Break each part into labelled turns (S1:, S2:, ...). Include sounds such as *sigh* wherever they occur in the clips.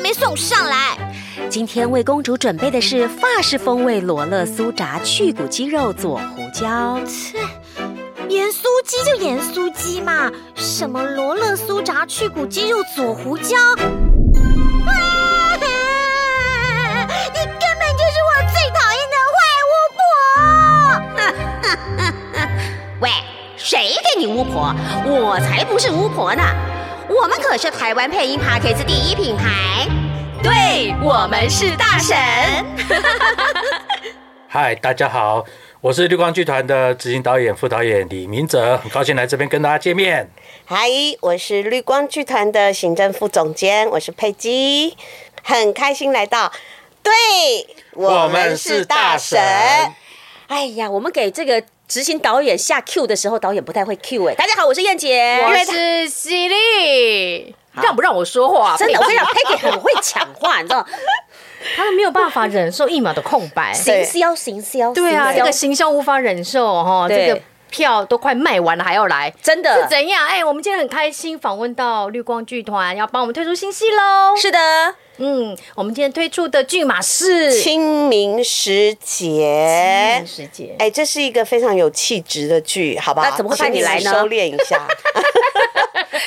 S1: 没送上来？
S2: 今天为公主准备的是法式风味罗勒酥炸去骨鸡肉佐胡椒。
S1: 切，盐酥鸡就盐酥鸡嘛，什么罗勒酥炸去骨鸡肉佐胡椒？啊！你根本就是我最讨厌的坏巫婆！
S2: 喂，谁给你巫婆？我才不是巫婆呢！我们可是台湾配音 p a c k a g e 第一品牌，对我们是大神。
S3: 嗨，大家好，我是绿光剧团的执行导演、副导演李明哲，很高兴来这边跟大家见面。
S4: 嗨，我是绿光剧团的行政副总监，我是佩姬，很开心来到。对，
S3: 我们是大神
S2: 哎呀，我们给这个执行导演下 Q 的时候，导演不太会 Q 哎、大家好，我是燕姐。
S5: 我
S2: 因为
S5: 是犀利，让不让我说话？
S2: 真的，我跟你讲，Peggy 很会抢话，
S6: *laughs*
S2: 你知道？
S5: *laughs* 他没有办法忍受一秒的空
S2: *laughs*
S5: 白。
S2: 行销，行销，
S5: 对啊，
S2: 行
S5: 这
S2: 销
S5: 个行销无法忍受哦，
S2: 对
S5: 这个票都快卖完了还要来。
S2: 真
S5: 是
S2: 的
S5: 怎样？哎、我们今天很开心访问到绿光剧团，要帮我们推出新戏喽。
S2: 是的，
S5: 嗯，我们今天推出的剧码是《
S4: 清明时节
S5: 清明》。时节》。
S2: *laughs*
S4: 哎，这是一个非常有气质的剧，好不好？
S2: 那怎么会派
S4: 请
S2: 你
S4: 你
S2: 来呢
S4: 收敛一下，
S2: *laughs*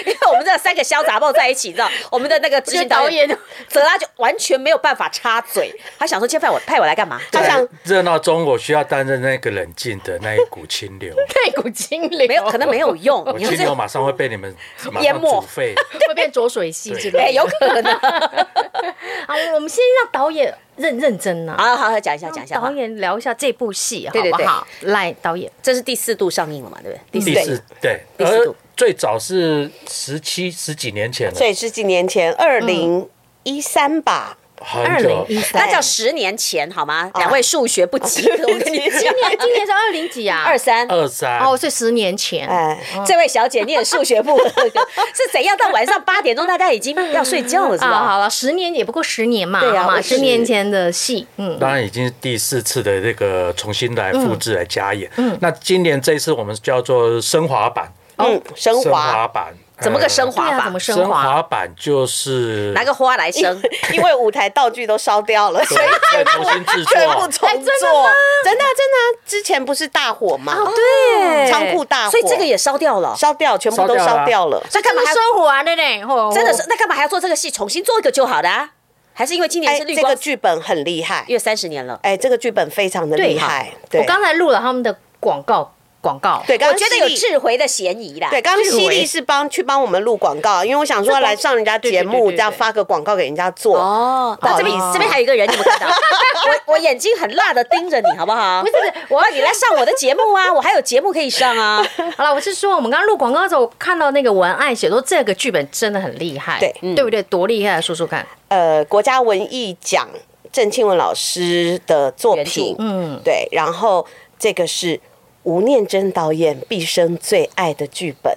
S2: 因为我们这三个小杂报在一起，你知道，我们的那个执行导演
S5: 我觉得
S2: 泽拉就完全没有办法插嘴，他想说今天派我派我来干嘛？
S3: *laughs*
S4: 他想
S3: 热闹中，我需要担任那个冷静的那一股清流，
S5: 太古精灵
S2: 没有，可能没有用
S3: 我。
S2: 你看
S3: 清
S2: 这 *laughs*
S3: 流马上会被你们马
S2: 淹
S3: 上
S2: 没
S3: 煮沸。
S5: 会变浊水戏之类
S2: 哎，
S5: 的。
S2: 有可能
S5: 好，我们先让导演认认真啊，
S2: 好好好，讲一下讲一
S5: *laughs*
S2: 下
S5: 让
S2: 哈
S5: 导，演聊一下这部戏好
S2: 对对
S5: 不
S2: 对
S5: 好？来，导演，
S2: 这是第四度上映了嘛，对不对？第
S3: 第
S2: 四度。
S3: 四对，
S2: 第四度
S3: 而最早是十七十几年前了
S4: 所，以是几年前，二零一三吧。
S3: 很久。
S2: 嗯那叫十年前好吗？两位数学不及格， *laughs* 我跟你讲，
S5: 哎今年今年是二零几啊？
S2: *laughs* 二
S3: *laughs*
S2: 三。
S3: 二三
S5: 哦，所以十年前。啊
S4: 哎，
S2: 这位小姐，你也数学不合格，是怎样？到晚上八点钟，大家已经要睡觉了，是
S5: 啊，
S2: 吧？
S5: 好了，十年也不过十年嘛，
S2: 对啊
S5: 好吗
S2: 我是
S5: 十年前的戏，嗯，
S3: 当然已经是第四次的这个重新来复制来加演。那今年这一次我们叫做升华版，
S2: 哦
S4: 嗯，升
S3: 升
S4: 华，
S3: 华版
S2: 怎么个升？
S5: 对
S2: 华
S5: 啊，
S2: 法
S5: 怎么？
S3: 呃
S5: 升
S3: 升
S5: 华？
S3: 华版就是
S2: 拿个花来升，
S4: 因为舞台道具都烧掉了，
S2: *laughs*
S4: 所以
S3: 再重新制
S4: 全部
S3: 作，
S4: 重
S5: 哎真的
S4: 做。真的啊，真的啊，之前不是大火吗？嗯
S2: 对
S4: 仓库 *laughs* 大火
S2: 所以这个也烧掉了。
S4: 烧掉，全部都烧
S3: 烧
S4: 掉
S3: 掉
S4: 了。啊
S2: 那干嘛
S5: 啊这哦
S2: 还
S5: 是升华的呢？吼
S2: 真的是？那干嘛还要做这个戏？重新做一个就好的啊？还是因为今年
S4: 哎，
S2: 是绿
S4: 这
S2: 光
S4: 个剧本很厉害，
S2: 因为三十年了，
S4: 哎，这个剧本非常的厉害。对，
S5: 我刚才录了他们的广告，广告，
S4: 对，刚
S2: 我
S4: 刚
S2: 觉得
S4: 犀
S2: 有
S4: 利
S2: 智慧的嫌疑啦。
S4: 对，刚刚
S5: 智慧
S4: 犀利是帮去帮我们录广告，因为我想说来上人家节
S5: 对对对对
S4: 目，
S5: 对
S4: 这样发个广告给人家做。
S2: 哦，
S4: 不
S2: 那
S4: 好
S2: 这边
S4: 意思
S2: 这边还有一个人，你们看到？我我眼睛很辣的盯着你，好不好？不是，我要你来上我的节目啊，我还有节目可以上啊。
S5: 好了，我是说，我们刚刚录广告的时候，我看到那个文案写说这个剧本真的很厉害，
S4: 对
S5: 对不
S2: 嗯
S5: 对？多厉害，说说看。
S4: 呃，国家文艺奖郑清文老师的作
S2: 原
S4: 品，
S2: 著
S4: 嗯，对，然后这个是吴念真导演毕生最爱的剧本。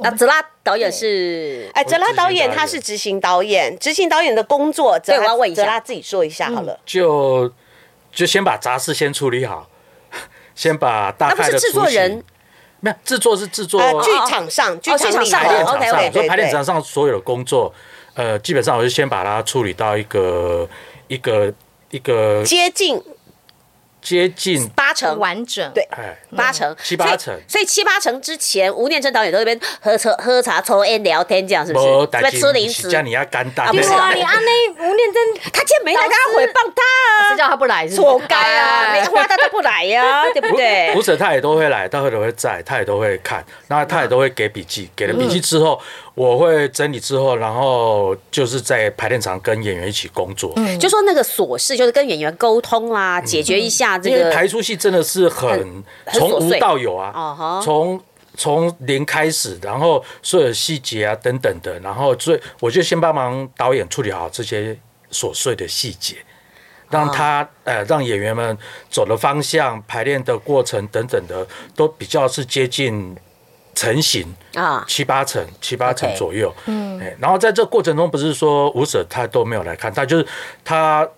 S2: 那泽啊拉导演是
S4: 哎，泽拉导演他是执行导演，执行导演的工作，泽
S2: 对我要问
S4: 拉
S2: 一下
S4: 泽拉自己说一下好了。
S3: 就就先把杂事先处理好， *laughs* 先把大
S2: 那不
S3: 概
S2: 是
S3: 的
S2: 制作
S3: 雏形
S2: 人，
S3: 没有制作是制
S2: 嗯
S3: 作
S4: 呃，剧场上，剧
S2: 剧
S4: 场
S2: 场
S4: 里
S2: 上
S3: 排
S4: 头
S3: 练
S2: 哦
S3: 场
S2: ，OK，OK
S3: 上，
S2: 对
S3: 所
S4: 对
S3: 以排练
S4: 对
S3: 场上所有的工作，呃，基本上我就先把它处理到一个一个一个
S4: 接近
S3: 接近，
S2: 八成
S5: 完整，
S4: 对
S3: 哎，
S2: 八成
S3: 七
S2: 所以
S3: 八成
S2: 所以七八成之前，吴念真导演都在那边喝茶、喝茶、抽烟、聊天，这样是不
S3: 没
S2: 是？
S3: 担
S2: 在
S3: 心
S2: 吃零
S3: 是
S2: 食。
S3: 叫你要肝大
S2: 啊，不
S5: 对
S2: 是
S5: 啊，你安内吴念真，
S2: 他今天没来，
S5: 老师
S2: 他要毁谤他
S5: 谁
S2: 啊，
S5: 叫他不来是不是？
S2: 活该啊！没
S5: 哎
S2: 话他都不来呀，对不对
S3: 胡？婶他也都会来，他会都会在，他也都会看，那他也都会给笔记。给了笔记之后，我会整理之后，然后就是在排练场跟演员一起工作。
S2: 就说那个琐事，就是跟演员沟通啦，解决一下这
S3: 嗯因为排
S2: 个。
S3: 出戏真的是很
S2: 很很
S3: 从
S2: 琐
S3: 无
S2: 碎
S3: 到有
S2: 哦哈
S3: 啊，从从零开始，然后所有细节啊等等的，然后所以我就先帮忙导演处理好这些琐碎的细节。让
S2: 哦
S3: 他呃，让演员们走的方向、排练的过程等等的，都比较是接近成型，
S2: 啊，
S3: 七八成、七八成
S2: OK
S3: 左右。嗯，然后在这过程中，不是说舞者他都没有来看，他就是他，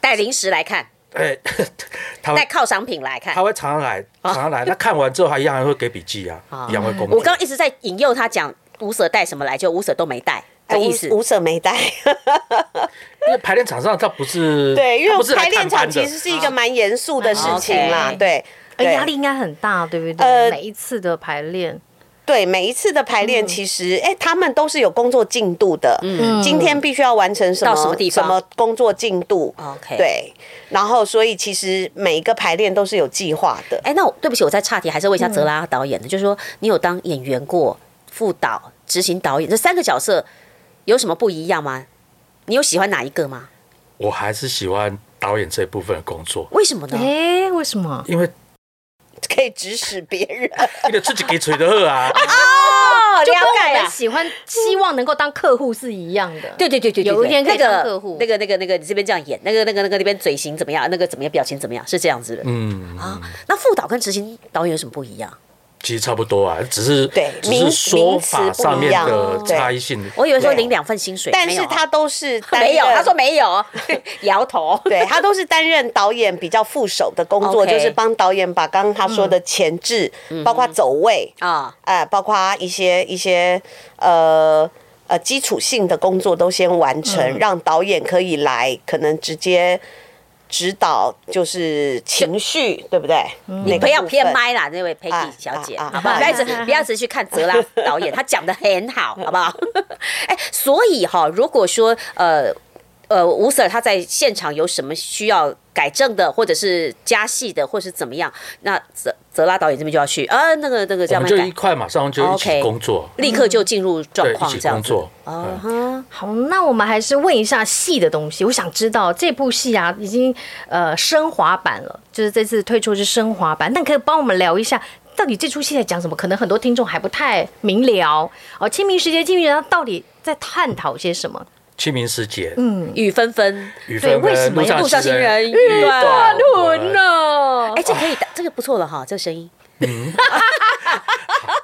S2: 带零食来看，
S3: 哎、 *laughs* 他会
S2: 带犒赏品来看
S3: 他。会常常来，常常来。他看完之后，他一样还会给笔记啊，一样会工作。
S2: 我刚刚一直在引诱他讲无舍带什么来，就无舍都没带。
S5: 的
S4: 哎
S5: 意思
S4: 舞舞者没带，
S3: 因为排练场上他不是
S4: *laughs* 对，因
S3: 他
S4: 为
S3: 不是来
S4: 排练
S3: 探班
S4: 场
S3: 的
S4: 其实是一个蛮严肃的事情
S2: 哦
S4: 啦，
S5: OK
S2: 哎
S4: 对。
S5: 而
S4: 对
S5: 压力应该很大，对不对？
S4: 呃
S5: 每一次的排练，
S4: 对每一次的排
S2: 嗯
S4: 练，其实哎、他们都是有工作进度的。嗯，今天必须要完成什么
S2: 到什么地方
S4: 什么工作进度
S2: 哦 OK
S4: 对，然后所以其实每一个排练都是有计划的。 *laughs*
S2: 哎，那我对不起，我再岔题，还是问一下泽拉导演的，就是说你有当演员过、副导、执行导演这三个角色有什么不一样吗？你有喜欢哪一个吗？
S3: 我还是喜欢导演这部分的工作，
S2: 为什么呢？
S5: 哎，为什么？
S3: 因为
S4: 可以指使别人
S3: 你的自己给吹的喝啊，
S4: 哦，
S5: 就跟
S4: 了
S5: 我
S4: 解
S5: 们喜欢希望能够当客户是一样的。
S2: 对对对对对，
S5: 有一天可
S2: 那
S5: 以当
S2: 个
S5: 客户
S2: 那个那个那个，你这边这样演，那个那个那个那边嘴型怎么样？那个怎么样？表情怎么样？是这样子的。
S3: 嗯，
S2: 啊，那副导跟执行导演有什么不一样？
S3: 其实差不多啊，只是
S4: 对
S3: 只
S4: 名
S3: 是说
S4: 名
S3: 法
S4: 词不
S3: 上面
S4: 一样
S3: 的
S4: 对
S3: 差异性。
S2: 我以为说
S4: 对
S2: 领两份薪水，
S4: 但
S2: 没有
S4: 是
S2: 啊
S4: 他都
S2: *laughs*
S4: 是担
S2: 没有，
S4: 任
S2: 他说没有， *laughs* 摇头。
S4: *laughs* 对他都是担任导演比较副手的工作，
S2: OK 嗯
S4: 就是帮导演把刚刚他说的前置，包括走位
S2: 啊，
S4: 哎、包括一些一些呃呃基础性的工作都先完成，
S2: 嗯
S4: 让导演可以来，可能直接指导就是情绪，对不对？你
S2: 嗯不要偏。麦啦，那位 Peggy
S4: 啊
S2: 小姐，
S4: 啊啊
S2: 好不好？
S4: 啊
S2: 不要一直不要一直去看泽拉导演，他讲的很好，好不好？哎，所以哈，如果说呃呃吴 Sir 他在现场有什么需要改正的，或者是加戏的，或是怎么样，那泽泽拉导演这边就要去啊，那个那个这
S3: 我
S2: 样
S3: 们就
S2: 改
S3: 一块马上就一
S2: OK
S3: 起工作，
S2: 立刻就进入状
S3: 对，
S2: 况，
S3: 一
S2: 这
S3: 起
S2: 样
S3: 工
S2: 子。
S3: 作。嗯
S5: 好，那我们还是问一下戏的东西。我想知道这部戏啊，已经呃升华版了，就是这次推出的是升华版，但可以帮我们聊一下。到底这出戏在讲什么？可能很多听众还不太明了哦。清明时节，清明节它到底在探讨些什么？
S3: 清明时节，
S2: 雨纷纷，
S3: 雨纷
S5: 对为什
S3: 纷，
S5: 么要
S2: 路上行人欲
S3: 欲
S2: 断
S3: 断
S5: 论
S3: 魂，
S5: 呢？
S2: 哎，这可以打，这个不错了哈，这个声音。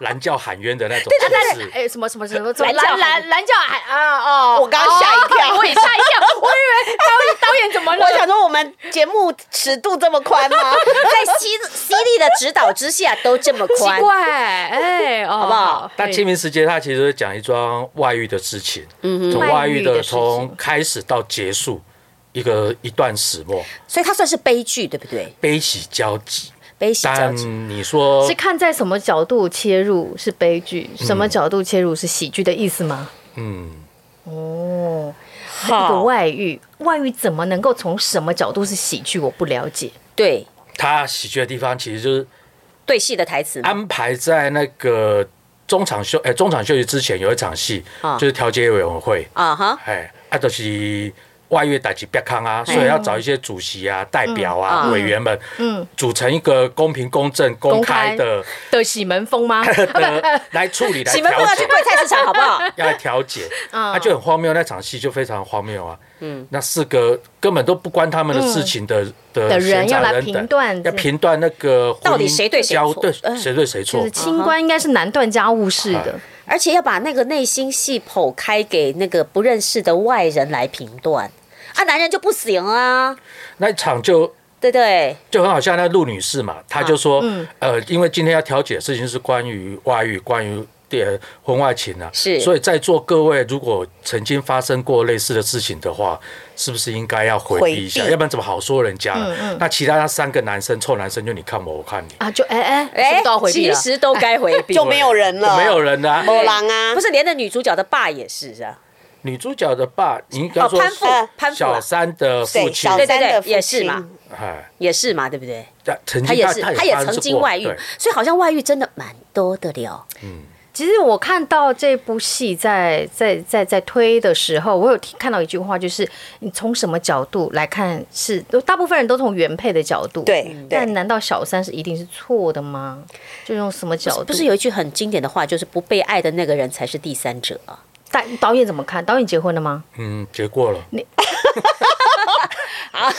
S3: 蓝叫喊冤的那种
S5: 那
S3: 姿势。
S5: 哎，什么什么什么什么
S2: 蓝教
S5: 蓝蓝蓝教海啊哦！
S4: 我刚刚吓一跳
S5: 哦我也吓一跳，我以为导演导演怎么了？
S4: 我想说，我们节目尺度这么宽
S2: *laughs*
S4: 吗？
S2: 在犀犀利的指导之下，都这么宽
S5: 奇。怪，哎，好
S2: 好不好
S3: 但清明时节，它其实讲一桩外遇的事情，从外遇
S5: 外遇的
S3: 的
S5: 事情
S3: 从开始到结束，一个一段始末，
S2: 所以它算是悲剧，对不对？
S3: 悲喜交集。
S2: 悲喜交
S3: 但
S2: 集。
S3: 你说
S5: 是看在什么角度切入是悲剧，什么角度切入是喜剧的意思吗？
S3: 嗯，
S5: 哦，一个外遇，外遇怎么能够从什么角度是喜剧？我不了解。
S2: 对
S3: 他喜剧的地方其实就是
S2: 对戏的台词嘛，
S3: 安排在那个中场休，哎、中场休息之前有一场戏，
S2: 啊
S3: 就是调解委员会，
S2: 啊哈，
S3: 哎、啊，就是外越打击别康啊，所以要找一些主席啊、代表啊、
S2: 啊
S3: 委员们，
S5: 嗯
S3: 组成一个公平、公正、公开的
S5: 的喜门风 *laughs* 吗？
S3: 的 *laughs* 来处理、来
S2: 你们不要
S3: 调
S2: 去
S3: 解。
S2: 贵菜市场好不 *laughs* 好？
S3: 要来调解，啊，就很荒谬，那场戏就非常荒谬啊。嗯，那四个根本都不关他们的事情的的
S5: 的人
S3: 嫌
S5: 要
S3: 杂
S5: 来
S3: 人
S5: 评
S3: 等
S5: 断
S3: 要评断那个婚
S2: 到底
S3: 姻
S2: 谁对谁
S3: 交
S2: 错
S3: 对
S2: 嗯
S3: 谁对谁
S5: 就
S3: 错
S5: 是。清官应该是难断家务事的，
S2: 而且要把那个内心戏剖开给那个不认识的外人来评断啊，男人就不行啊，
S3: 那一场就
S2: 对不对？
S3: 就很好像那陆女士
S2: 啊
S3: 嘛，她就说，
S2: 嗯
S3: 呃，因为今天要调解的事情是关于外遇，关于。呃婚外情啊，
S2: 是
S3: 所以在座各位如果曾经发生过类似的事情的话，是不是应该要回避一下？
S4: 回避
S3: 要不然怎么好说人家呢？
S2: 嗯
S3: 那其他那三个男生，臭男生就你看我，我看你，
S5: 啊，就哎哎哎，都要回避
S2: 其
S5: 了。
S2: 实都该回
S3: *laughs*
S2: 避，
S4: 就没有人了，
S3: 没有人啊。
S4: 没狼啊
S2: 不，是连那女主角的爸也是啊是吧？
S3: 女主角的爸，你刚说
S2: 哦潘父
S3: 是
S2: 潘父啊
S3: 小三的父
S4: 对，
S3: 亲
S4: 小，
S2: 对对
S4: 三的父
S2: 也是
S4: 亲
S2: 嘛
S3: 哎，
S2: 也是嘛，对不对？
S3: 他曾
S2: 他
S3: 经
S2: 也是，
S3: 他
S2: 他也曾经外遇
S3: 对，
S2: 所以好像外遇真的蛮多的了。
S5: 其实我看到这部戏在在在在推的时候，我有听看到一句话，就是你从什么角度来看是，大部分人都从原配的角度，
S4: 对对
S5: 但难道小三是一定是错的吗？就用什么角度？
S2: 不是有一句很经典的话，就是不被爱的那个人才是第三者啊。
S5: 导导演怎么看？导演结婚了吗？
S3: 嗯，结果了，
S2: 好，啊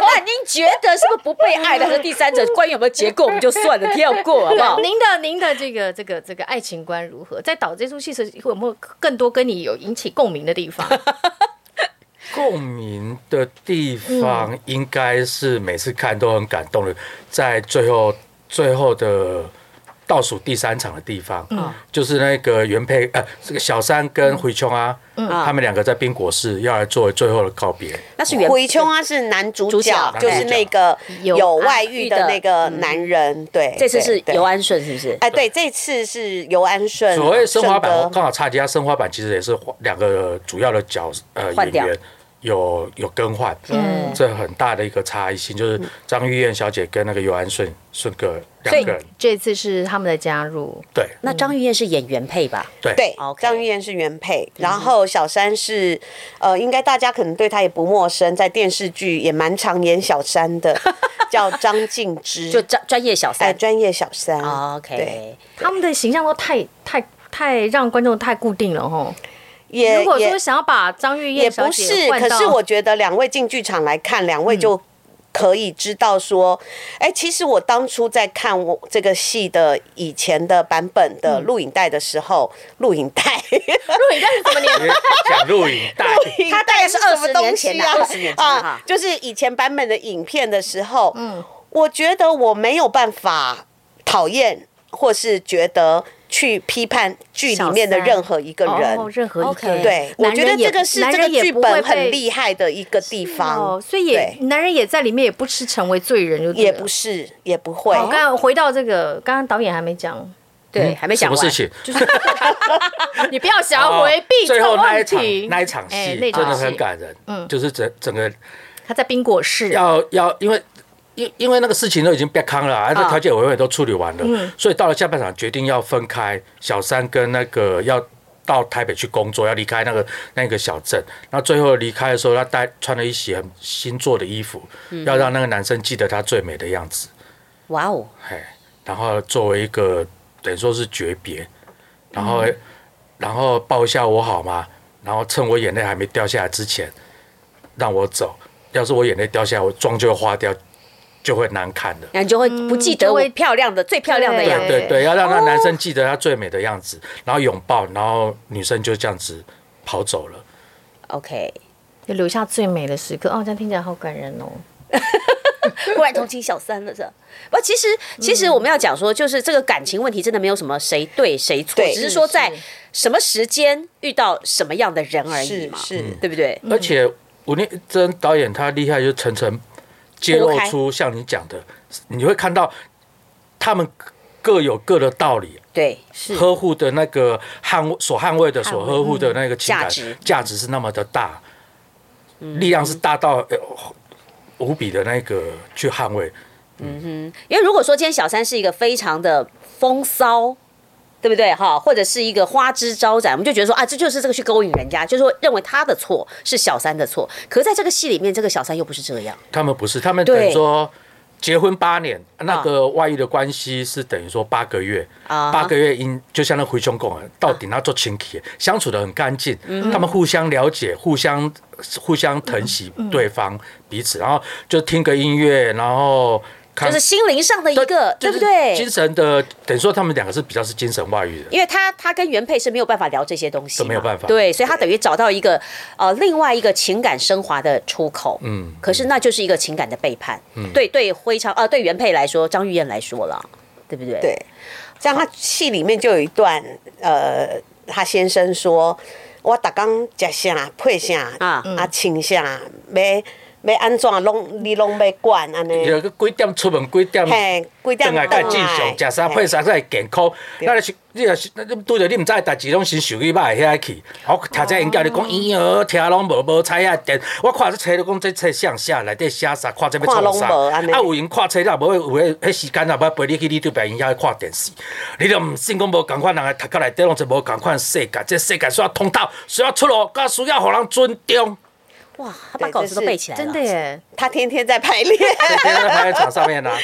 S2: 那您觉得是不是不被爱的是第三者？关于有没有结果，我们就算了，跳过好不
S4: 啊
S2: 好？
S5: 您的您的这个这个这个爱情观如何？在导这出戏时有没有更多跟你有引起共鸣的地
S4: *laughs*
S5: 方？
S3: 共鸣的地方应该是每次看都很感动的，在最后最后的倒数第三场的地方，就是那个原配呃，这个小三跟回琼啊，他们两个在冰果室要来做最后的告别。
S2: 那是原
S4: 回秋啊是男主
S2: 主
S4: 角
S2: 角，
S4: 就是那个
S5: 有
S4: 有外
S2: 遇
S4: 遇
S2: 的
S4: 的那个男人，对，
S2: 这次是
S4: 对
S2: 尤。安顺是不是？
S4: 对哎，对，这次是尤安顺，
S3: 所谓升华版，
S4: 顺
S3: 我
S4: 哥
S3: 刚好插一下，升华版其实也是两个主要的角呃
S2: 换
S3: 演
S2: 掉
S3: 员有有更换，
S2: 嗯
S3: 这很大的一个差异性，就是张玉燕小姐跟那个尤安顺顺哥
S5: 所
S3: 两
S5: 以
S3: 个人，
S5: 这次是他们的加入，
S3: 对
S2: 那张玉燕是演原配吧？
S3: 对
S4: 对
S2: OK，
S4: 张玉燕是原配，然后小三是，呃，应该大家可能对她也不陌生，在电视剧也蛮常演小三的，叫张静之，
S2: 就哦专专业小
S4: 哎，
S2: 三。
S4: 专业小三。对，
S2: OK，
S5: 他们的形象都太太太让观众太固定了吼。
S4: 也
S5: 如果
S4: 也
S5: 说想要把张玉
S4: 也
S5: 燕小
S4: 不
S5: 姐
S4: 是，
S5: 换
S4: 可
S5: 到，嗯
S4: 是我觉得两位进剧场来看，两位就可以知道说，哎、其实我当初在看我这个戏的以前的版本
S5: 嗯
S4: 的录影带的时候，录影
S5: *laughs*
S4: 带。
S5: 录影带是什么年代？
S3: *laughs* 讲录影带，
S4: 他大概是
S2: 大概
S4: 二
S2: 是20
S4: 十东西
S2: 年
S4: 啊
S2: 前啊20年前哈
S4: 就是以前版本的影片的时候，嗯，我觉得我没有办法讨厌或是觉得去批判剧里面的任何一个人。
S5: 哦，任何一个人
S2: OK
S4: 对，我
S5: 男
S4: 觉
S5: 人
S4: 得
S5: 也
S4: 这个是
S5: 男
S4: 这
S5: 人
S4: 个
S5: 也
S4: 剧
S5: 不会
S4: 本很
S5: 被
S4: 厉害的一个地方
S5: 哦，，所以也
S4: 对
S5: 男人也在里面，也不吃成为罪人就对
S4: 也
S5: 了
S4: 不是，也不会。
S5: 好，刚刚回到这个，刚刚导演还没讲，
S2: 对，还没
S3: 嗯什
S2: 讲
S3: 么
S2: 完
S3: 事。情？
S5: *laughs*
S3: 哦
S5: 你不要想要回避这
S3: 最
S5: 个
S3: 后那一
S5: 问
S3: 场
S5: 题。
S3: 那一场
S5: 哎
S3: 戏
S5: 那
S3: 真
S5: 场
S3: 的
S5: 戏嗯
S3: 很感人，就是整整个
S5: 他在冰果室，
S3: 要要，因为因因为那个事情都已经被康了啊，而且调解委员会都处理完了，
S5: 嗯
S3: 所以到了下半场决定要分开，小三跟那个要到台北去工作，要离开那个那个小镇。那最后离开的时候，他带穿了一袭很新做的衣服，
S5: 嗯
S3: 要让那个男生记得他最美的样子，
S2: 哇哦，
S3: 哎，然后作为一个等于说是诀别，然后、然后抱一下我好吗？然后趁我眼泪还没掉下来之前，让我走。要是我眼泪掉下来，我妆就会花掉，就会难看的。
S2: 那你就会不记得
S5: 就
S2: 我
S5: 会
S2: 漂亮的最漂亮的
S5: 对
S2: 样
S3: 对
S2: 子。
S3: 对对，要让那男生记得他最美的样子，然后拥抱，然后女生就这样子跑走了。
S2: OK，
S5: 就留下最美的时刻。哦，这样听起来好感人哦。
S2: 忽然同情小三了是吧？不，其实其实我们要讲说，就是这个感情问题真的没有什么谁对谁错，
S4: 对
S2: 只是说在什么时间遇到什么样的人而已
S4: 是
S2: 嘛，
S4: 是，
S3: 嗯
S2: 对不对？
S3: 而且吴念真导演他厉害，就是层层揭露出像你讲的，你会看到他们各有各的道理，
S2: 对，
S5: 是
S3: 呵护的那个捍卫所捍卫的所呵护的那个情
S2: 嗯价
S3: 感
S2: 值嗯
S3: 价值是那么的大，力量是大到呃无比的那个去捍卫。
S2: 因为如果说今天小三是一个非常的风骚。对不对哈？或者是一个花枝招展，我们就觉得说啊，这就是这个去勾引人家，就是说认为他的错是小三的错。可是在这个戏里面，这个小三又不是这样。
S3: 他们不是，他们
S2: 对
S3: 等于说结婚八年，那个外遇的关系是等于说八个月，
S2: 啊
S3: 八个月因就像那回兄共到底那做亲戚相处的很干净，
S2: 嗯
S3: 他们互相了解，互相互相疼惜
S2: 嗯
S3: 对方彼此，然后就听个音乐，然后看
S2: 就是心灵上的一
S3: 对
S2: 个，
S3: 就是
S2: 对不对？
S3: 精神的等于说他们两个是比较是精神外遇的，
S2: 因为他他跟原配是没有办法聊这些东西嘛，
S3: 都没有办法
S2: 对，所以他等于找到一个呃另外一个情感升华的出口。
S3: 嗯
S2: 可是那就是一个情感的背叛。对对，非常呃对原配来说，张玉燕来说了，对不对？
S4: 对，像他戏里面就有一段，呃，他先生说：“我逐工食啥配啥
S2: 啊
S4: 啊啊穿啥，要要安怎拢你拢要管安尼。
S3: 有个几点出门几点。
S4: 嘿，几
S3: 等
S4: 点
S3: 来
S4: 回
S3: 较正常，食啥配啥才会健康。那你是你若是你拄着你毋知的代志，拢先想去歹遐去。我听这因教你讲，伊哦，听拢无无彩啊电。我看这册都讲这册上下内底写啥，看这要
S4: 看
S3: 创
S4: 拢
S3: 啥。
S4: 无安尼
S3: 啊，有闲看册啦，无有迄迄时间啦，要陪你去你对白因遐看电视。你都毋信讲无共款人诶，读壳内底拢是无共款世界，这世界需要通透，需要出路，佮需要互人尊重。
S2: 哇，他把
S4: 对
S2: 稿
S4: 这
S2: 子都
S4: 是
S2: 背起来了，
S5: 真的耶。
S4: 他天天在排
S3: *laughs* 这
S4: 练，
S3: 天在排练场上面啊
S2: *laughs*
S3: 啦、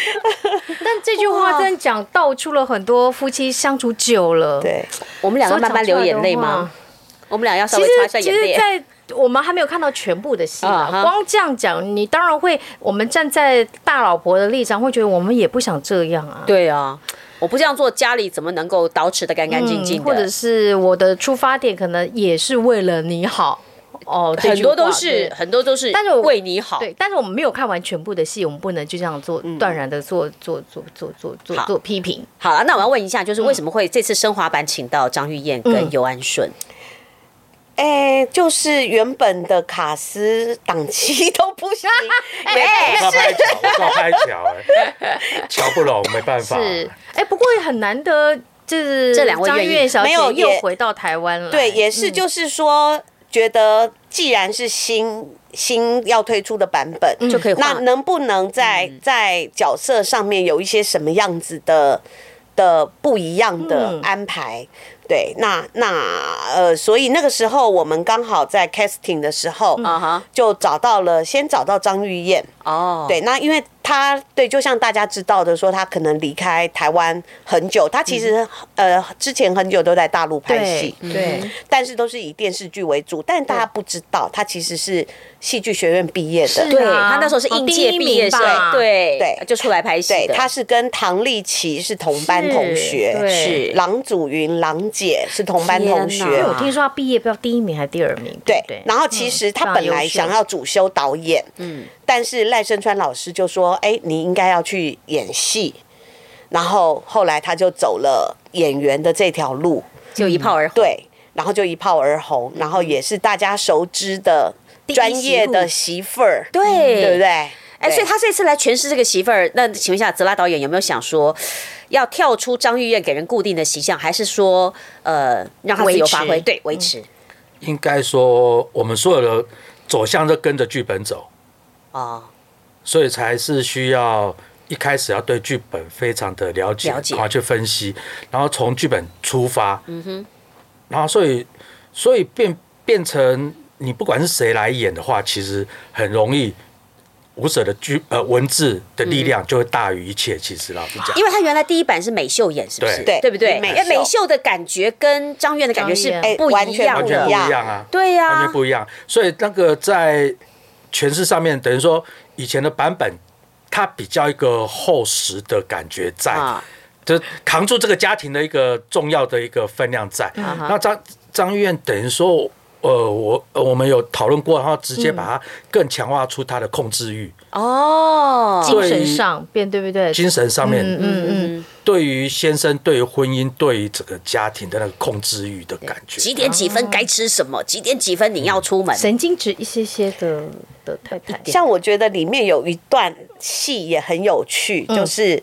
S5: 但这句话真的讲道出了很多夫妻相处久了，，
S4: 对，
S2: 我们两个慢慢流眼泪吗？？我们俩要稍
S5: 其
S2: 微
S5: 实
S2: 擦一下
S5: 其
S2: 眼
S5: 实，
S2: 泪。
S5: 在我们还没有看到全部的戏啊
S2: 啊哈
S5: 光这样讲，你当然会，我们站在大老婆的立场，会觉得我们也不想这样啊。
S2: 对啊，我不这样做，家里怎么能
S5: 嗯
S2: 够捯饬的干干净净的？
S5: 或者是我的出发点可能也是为了你好。哦，这
S2: 很
S5: 句
S2: 多都
S5: 话
S2: 是
S5: 对
S2: 很多都是，
S5: 但是我
S2: 为你好，
S5: 对，但是我们没有看完全部的戏，我们不能就这样做
S4: 嗯
S5: 断然的做做做做做做
S2: 好
S5: 做批评。
S2: 好了，那我要问一下，就是为什么会这次升华版请到张玉燕
S5: 嗯
S2: 跟尤安顺？
S4: 哎、就是原本的卡斯档期都不行，
S5: 哎
S3: 照拍脚，照拍脚，
S2: *laughs*
S3: 哎瞧不拢，没办法。
S5: 是，哎，不过也很难得，就是
S2: 这两位
S5: 张
S2: 愿意
S5: 悦小姐
S4: 没有
S5: 又
S4: 也
S5: 回到台湾了。
S4: 对，也是，就是说，觉得既然是新新要推出的版本，
S2: 就可以
S4: 那
S2: 画
S4: 能不能在在角色上面有一些什么样子的的不一样的
S5: 嗯
S4: 安排？对，那那呃，所以那个时候我们刚好在 casting 的时候，
S2: 啊哈，
S4: 就找到了，先找到张玉燕。
S2: 哦，
S4: 对，那因为他对，就像大家知道的说，他可能离开台湾很久，他其实、呃之前很久都在大陆拍戏嗯
S5: 对，对，
S4: 但是都是以电视剧为主，但大家不知道他其实是戏剧学院毕业的。
S2: 对，
S5: 是啊
S2: 他那时候是应届毕业生
S5: 哦第一名吧，
S2: 对
S4: 对
S2: 就出来拍戏
S4: 对，
S2: 的，
S4: 他是跟唐丽琪是同班同学，
S5: 对
S2: 是
S4: 郎祖云、郎姐是同班同
S2: 天哪
S4: 学
S5: 因为。我
S2: 啊
S5: 听说她毕业不知道第一名还是第二名，
S4: 对
S5: 不对，嗯
S4: 然后其实他本来想要主修导演，嗯，但是赖声川老师就说：“哎，你应该要去演戏。”然后后来他就走了演员的这条路，
S2: 就一炮而红。
S4: 对，然后就一炮而红，然后也是大家熟知的
S2: 嗯一
S4: 专业
S2: 媳妇
S4: 的媳妇儿，
S5: 嗯
S2: 对
S4: 对不对？
S2: 哎，
S4: 对
S2: 所以他这次来诠释这个媳妇儿，那请问一下，泽拉导演有没有想说，要跳出张玉燕给人固定的形象，还是说，呃，让他自由发
S5: 维
S2: 挥，
S5: 持
S2: 对，维持？
S3: 应该说，我们所有的走向都跟着剧本走，
S2: 哦，
S3: 所以才是需要一开始要对剧本非常的了解，
S2: 了解
S3: 然后去分析，然后从剧本出发，嗯哼，然后所以所以变变成你不管是谁来演的话，其实很容易。舞者的剧呃文字的力量就会大于一切，其实老实讲，
S2: 嗯因为他原来第一版是美秀演，是不是？
S4: 对
S2: 对不对？
S4: 美
S2: 因
S4: 秀
S2: 为美秀的感觉跟张玉燕的感觉是
S5: 张玉
S4: 燕
S2: 不
S4: 哎完
S2: 一
S4: 全
S2: 样
S3: 完全
S2: 的
S3: 不一，样啊，
S2: 对
S3: 完
S2: 呀
S3: 全，不一样。所以那个在诠释上面，等于说以前的版本，它比较一个厚实的感觉在，
S2: 啊，
S3: 就扛住这个家庭的一个重要的一个分量在。
S2: 哈
S3: 那张张玉燕等于说，呃，我呃我们有讨论过，然后直接把它更强化出她的控制欲，
S2: 哦，
S5: 精
S3: 对
S5: 神
S3: 于
S5: 上变对不对？
S3: 精神上面、
S5: 嗯嗯嗯，
S3: 对于先生、对于婚姻、对于整个家庭的那个控制欲的感觉。
S2: 几点几分该吃什么？几点几分你要出门？
S5: 神经质一些些的的太太，
S4: 像我觉得里面有一段戏也很有趣，
S2: 嗯
S4: 就是。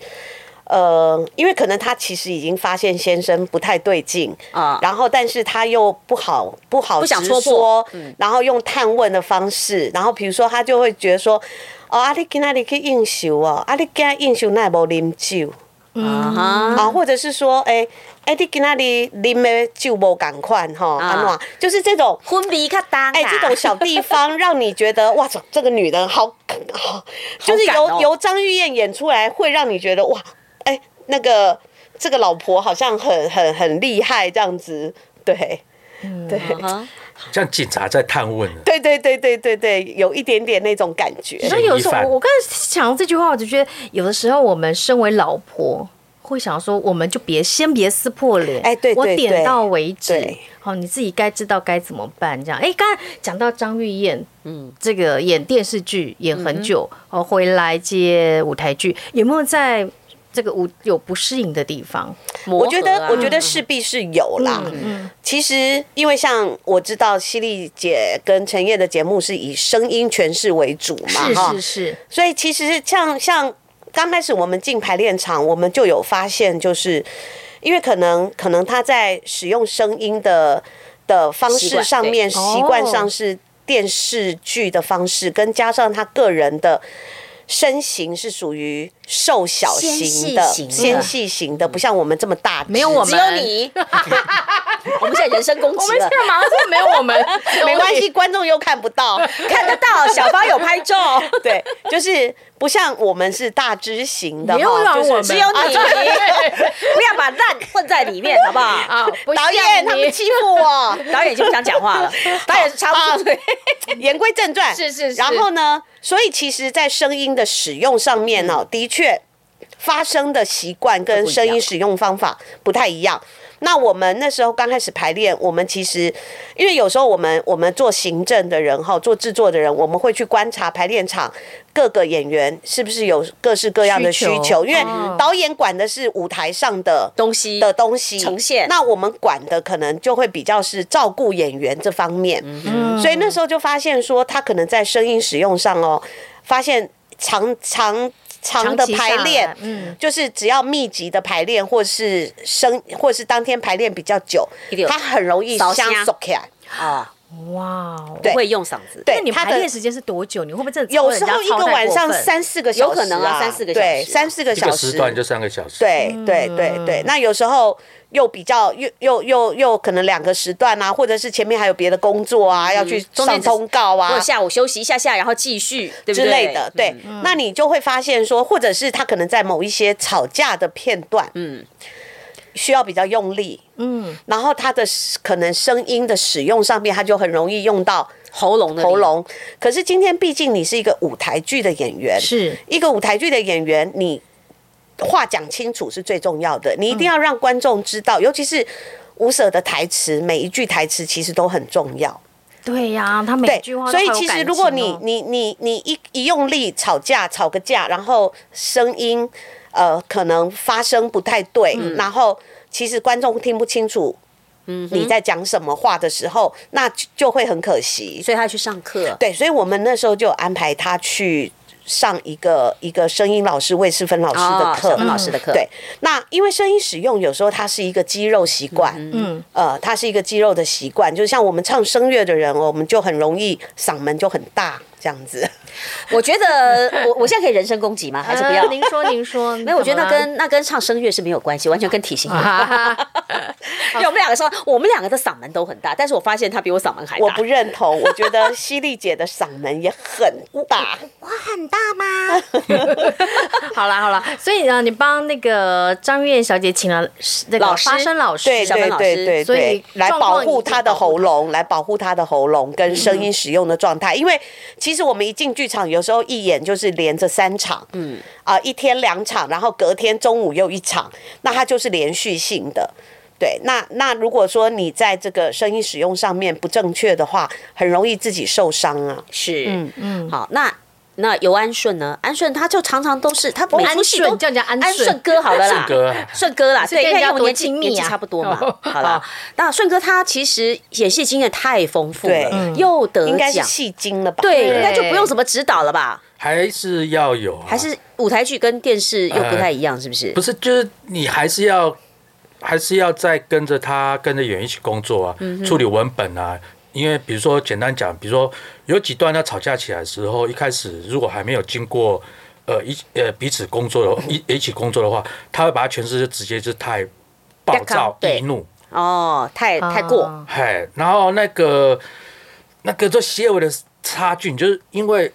S4: 呃，因为可能他其实已经发现先生不太对劲
S2: 啊
S4: 啊，然后但是他又不好不好
S2: 不想
S4: 直
S2: 戳破嗯
S4: 说，然后用探问的方式，然后比如说他就会觉得说，哦，啊你今仔日去应酬哦，啊你今仔应酬那无啉酒
S2: 啊哈，
S4: 啊，或者是说，哎、哎、你今仔日啉的酒无共款吼，
S2: 啊
S4: 安、怎、就是这种
S2: 婚比较当
S4: 哎、这种小地方让你觉得哇，这这个女人好好，就是
S2: 敢
S4: 由、
S2: 哦
S4: 由张玉燕演出来，会让你觉得哇，哎、那个这个老婆好像很很很厉害这样子，对。对
S2: *laughs* 啊
S3: 像警察在探问了，
S4: 对对对对对对，有一点点那种感觉。
S5: 所以有时
S3: 嫌疑
S5: 候
S3: 犯
S5: 我我刚才想到这句话，我就觉得有的时候我们身为老婆。会想说，我们就别先别撕破脸，
S4: 哎对对
S5: 我点
S4: 对
S5: 到为止
S4: 对。
S5: 好，你自己该知道该怎么办。这样，哎，刚才讲到张玉燕，嗯，这个演电视剧演很久，哦，回来接舞台剧，有没有在这个舞有不适应的地方？
S4: 我觉得，
S5: 啊
S4: 我觉
S2: 得
S4: 得势必是有啦。
S5: 嗯
S4: 其实，因为像我知道犀利姐跟陈烨的节目是以声音诠释为主嘛，
S5: 是
S4: 哈
S5: 是是，
S4: 所以其实像像刚开始我们进排练场，我们就有发现，就是因为可能可能他在使用声音的的方
S2: 习惯
S4: 式上面，
S5: 对
S4: 习惯
S5: 哦
S4: 上是电视剧的方式，跟加上他个人的。身形是属于瘦小型的
S2: 纤细型，的
S4: 纤细型的，不像我们这么大只。
S5: 嗯没有我们
S2: 只有你， *laughs* 我们现在人身攻
S5: 我
S2: 击了。
S5: 马上没有我们，
S4: 没关系，观众又看不到。 *laughs*
S2: 看得到，小芳有拍照，
S4: 对，就是不像我们是大只型的
S5: 没有
S4: 哈，
S5: 让
S4: 就
S5: 我
S4: 是啊
S5: 们
S2: 只有你， *laughs* 不要把烂混在里面，好不好？
S5: 啊，不
S4: 导
S5: 像
S4: 演他
S5: 你
S4: 们欺负我。
S2: 导演已经不想讲话了，导演插不
S4: *laughs*
S2: 住嘴。
S4: 言归正传，
S5: 嗯是是是
S4: 然后呢，所以其实，在声音的使用上面
S5: 嗯
S4: 哦呢、的确发声的习惯跟声音使用方法不太一样。那我们那时候刚开始排练，我们其实因为有时候我们我们做行政的人哈，做制作的人，我们会去观察排练场各个演员是不是有各式各样的需
S5: 需
S4: 求，
S5: 求
S4: 因为
S5: 哦
S4: 导演管的是舞台上的
S2: 东西
S4: 的东西
S2: 呈现
S4: 那我们管的可能就会比较是照顾演员这方面，
S2: 嗯
S4: 所以那时候就发现说，他可能在声音使用上哦，发现长长长的
S5: 期下
S4: 排
S5: 来
S4: 练，
S5: 嗯，
S4: 就是只要密集的排练，或是生，或是当天排练比较久
S2: 一定，有
S4: 它很容易
S2: 烧
S4: 相
S2: 声
S4: 缩起来。
S2: 啊，
S5: 哇哦，
S4: 对
S2: 会用嗓子，
S4: 对
S5: 那你
S4: 它
S5: 排
S4: 的
S5: 练时间是多久？你会不会真的
S4: 有时候一个晚上
S5: 三？
S4: 三四个小时、啊，
S2: 有可能啊三四个小时啊
S4: 对，三四个
S3: 一
S4: 小
S3: 个
S4: 时，
S3: 时段就三个小时。，
S4: 对
S2: 嗯
S4: 对对对，那有时候又比较又又又又可能两个时段啊，或者是前面还有别的工作啊，要去
S2: 嗯中间
S4: 上
S2: 只是
S4: 通告
S2: 或
S4: 啊
S2: 者。下午休息一下下，然后继续，对不对？嗯
S4: 之类的，对，那你就会发现说，或者是他可能在某一些吵架的片段，嗯，需要比较用力，嗯，然后他的可能声音的使用上面，他就很容易用到
S2: 喉咙的力
S4: 喉，咙。可是今天毕竟你是一个舞台剧的演员，
S5: 是
S4: 一个舞台剧的演员，你话讲清楚是最重要的，你一定要让观众知道，尤其是吴舍的台词，每一句台词其实都很重要。
S5: 对呀、他每
S4: 对，
S5: 一句话都
S4: 所以
S5: 好有
S4: 其实
S5: 感
S4: 如果
S5: 情
S4: 你
S5: *laughs* 哦
S4: 你你你一一用力吵架，吵个架，然后声音呃可能发声不太对，
S5: 嗯
S4: 然后其实观众听不清楚。你在讲什么话的时候，那就就会很可惜。
S2: 所以他去上课，
S4: 对，所以我们那时候就有安排他去上一个一个声音老师魏世芬老师的
S2: 哦
S4: 课，
S2: 小芬老师的课
S4: 对，那因为声音使用有时候它是一个肌肉习惯，嗯，呃，它是一个肌肉的习惯，就像我们唱声乐的人哦，我们就很容易嗓门就很大这样子。
S2: 我觉得我我现在可以人身攻击吗？还是不要
S4: *laughs*
S5: 呃？您说，您说，
S2: 没有，我觉得那
S5: 怎么了啊
S2: 跟那跟唱声乐是没有关系，完全跟体型有关。 *laughs* 因为我们两个说，我们两个的嗓门都很大，但是我发现他比我嗓门还大。
S4: 我不认同，我觉得犀利姐的嗓门也很大，
S1: 我很大吗？
S5: *laughs* 好啦好啦，所以呃呢，你帮那个张玉燕小姐请了那个
S2: 老师
S5: 发声老师，
S4: 对
S2: 小芬
S4: 对
S2: 老师
S4: 对对
S5: 所以
S4: 对，来
S5: 状
S4: 保
S5: 况
S4: 护
S5: 一定
S4: 他的
S5: 保护
S4: 喉咙，来保护他的喉咙跟声音使用的状态。因为其实我们一进剧场，有时候一演就是连着三场，嗯啊、一天两场，然后隔天中午又一场，那它就是连续性的。对，那那如果说你在这个声音使用上面不正确的话，很容易自己受伤啊。
S2: 是，嗯嗯，好，那。那尤安顺呢？安顺他就常常都是他每出戏
S5: 哦安顺
S2: 都
S5: 叫人家安顺
S2: 安顺哥好了
S3: *laughs*
S2: 啦，
S3: 顺哥啊
S2: 顺哥啦，
S5: 是
S2: 对，
S5: 跟人
S2: 因为
S5: 家
S2: 我
S5: 多
S2: 年纪
S5: 亲密
S2: 年纪
S5: 啊
S2: 差不多嘛，
S5: 哦
S2: 好
S5: *laughs*
S2: 了。那顺哥他其实演戏经验太丰富
S4: 对
S2: 了，
S4: 嗯
S2: 又得
S4: 应该是
S2: 奖，
S4: 戏精了吧？
S2: 对，
S5: 对
S2: 应该就不用什么指导了吧？
S3: 还是要有、啊，
S2: 还
S4: 哦
S2: 是舞台剧跟电视又不太一样，是不是
S3: 呃不？是，就是你还是要，还是要再跟着他，跟着演员一起工作啊，
S2: 嗯
S3: 处理文本啊。因为比如说，简单讲，比如说有几段要吵架起来的时候，一开始如果还没有经过呃一呃彼此工作的
S2: 嗯
S3: 一一起工作的话，他会把他诠释就直接就太暴躁
S2: 对
S3: 易怒，
S2: 哦，太太过，
S5: 啊
S3: 嘿，然后那个那个做结尾的差距，就是因为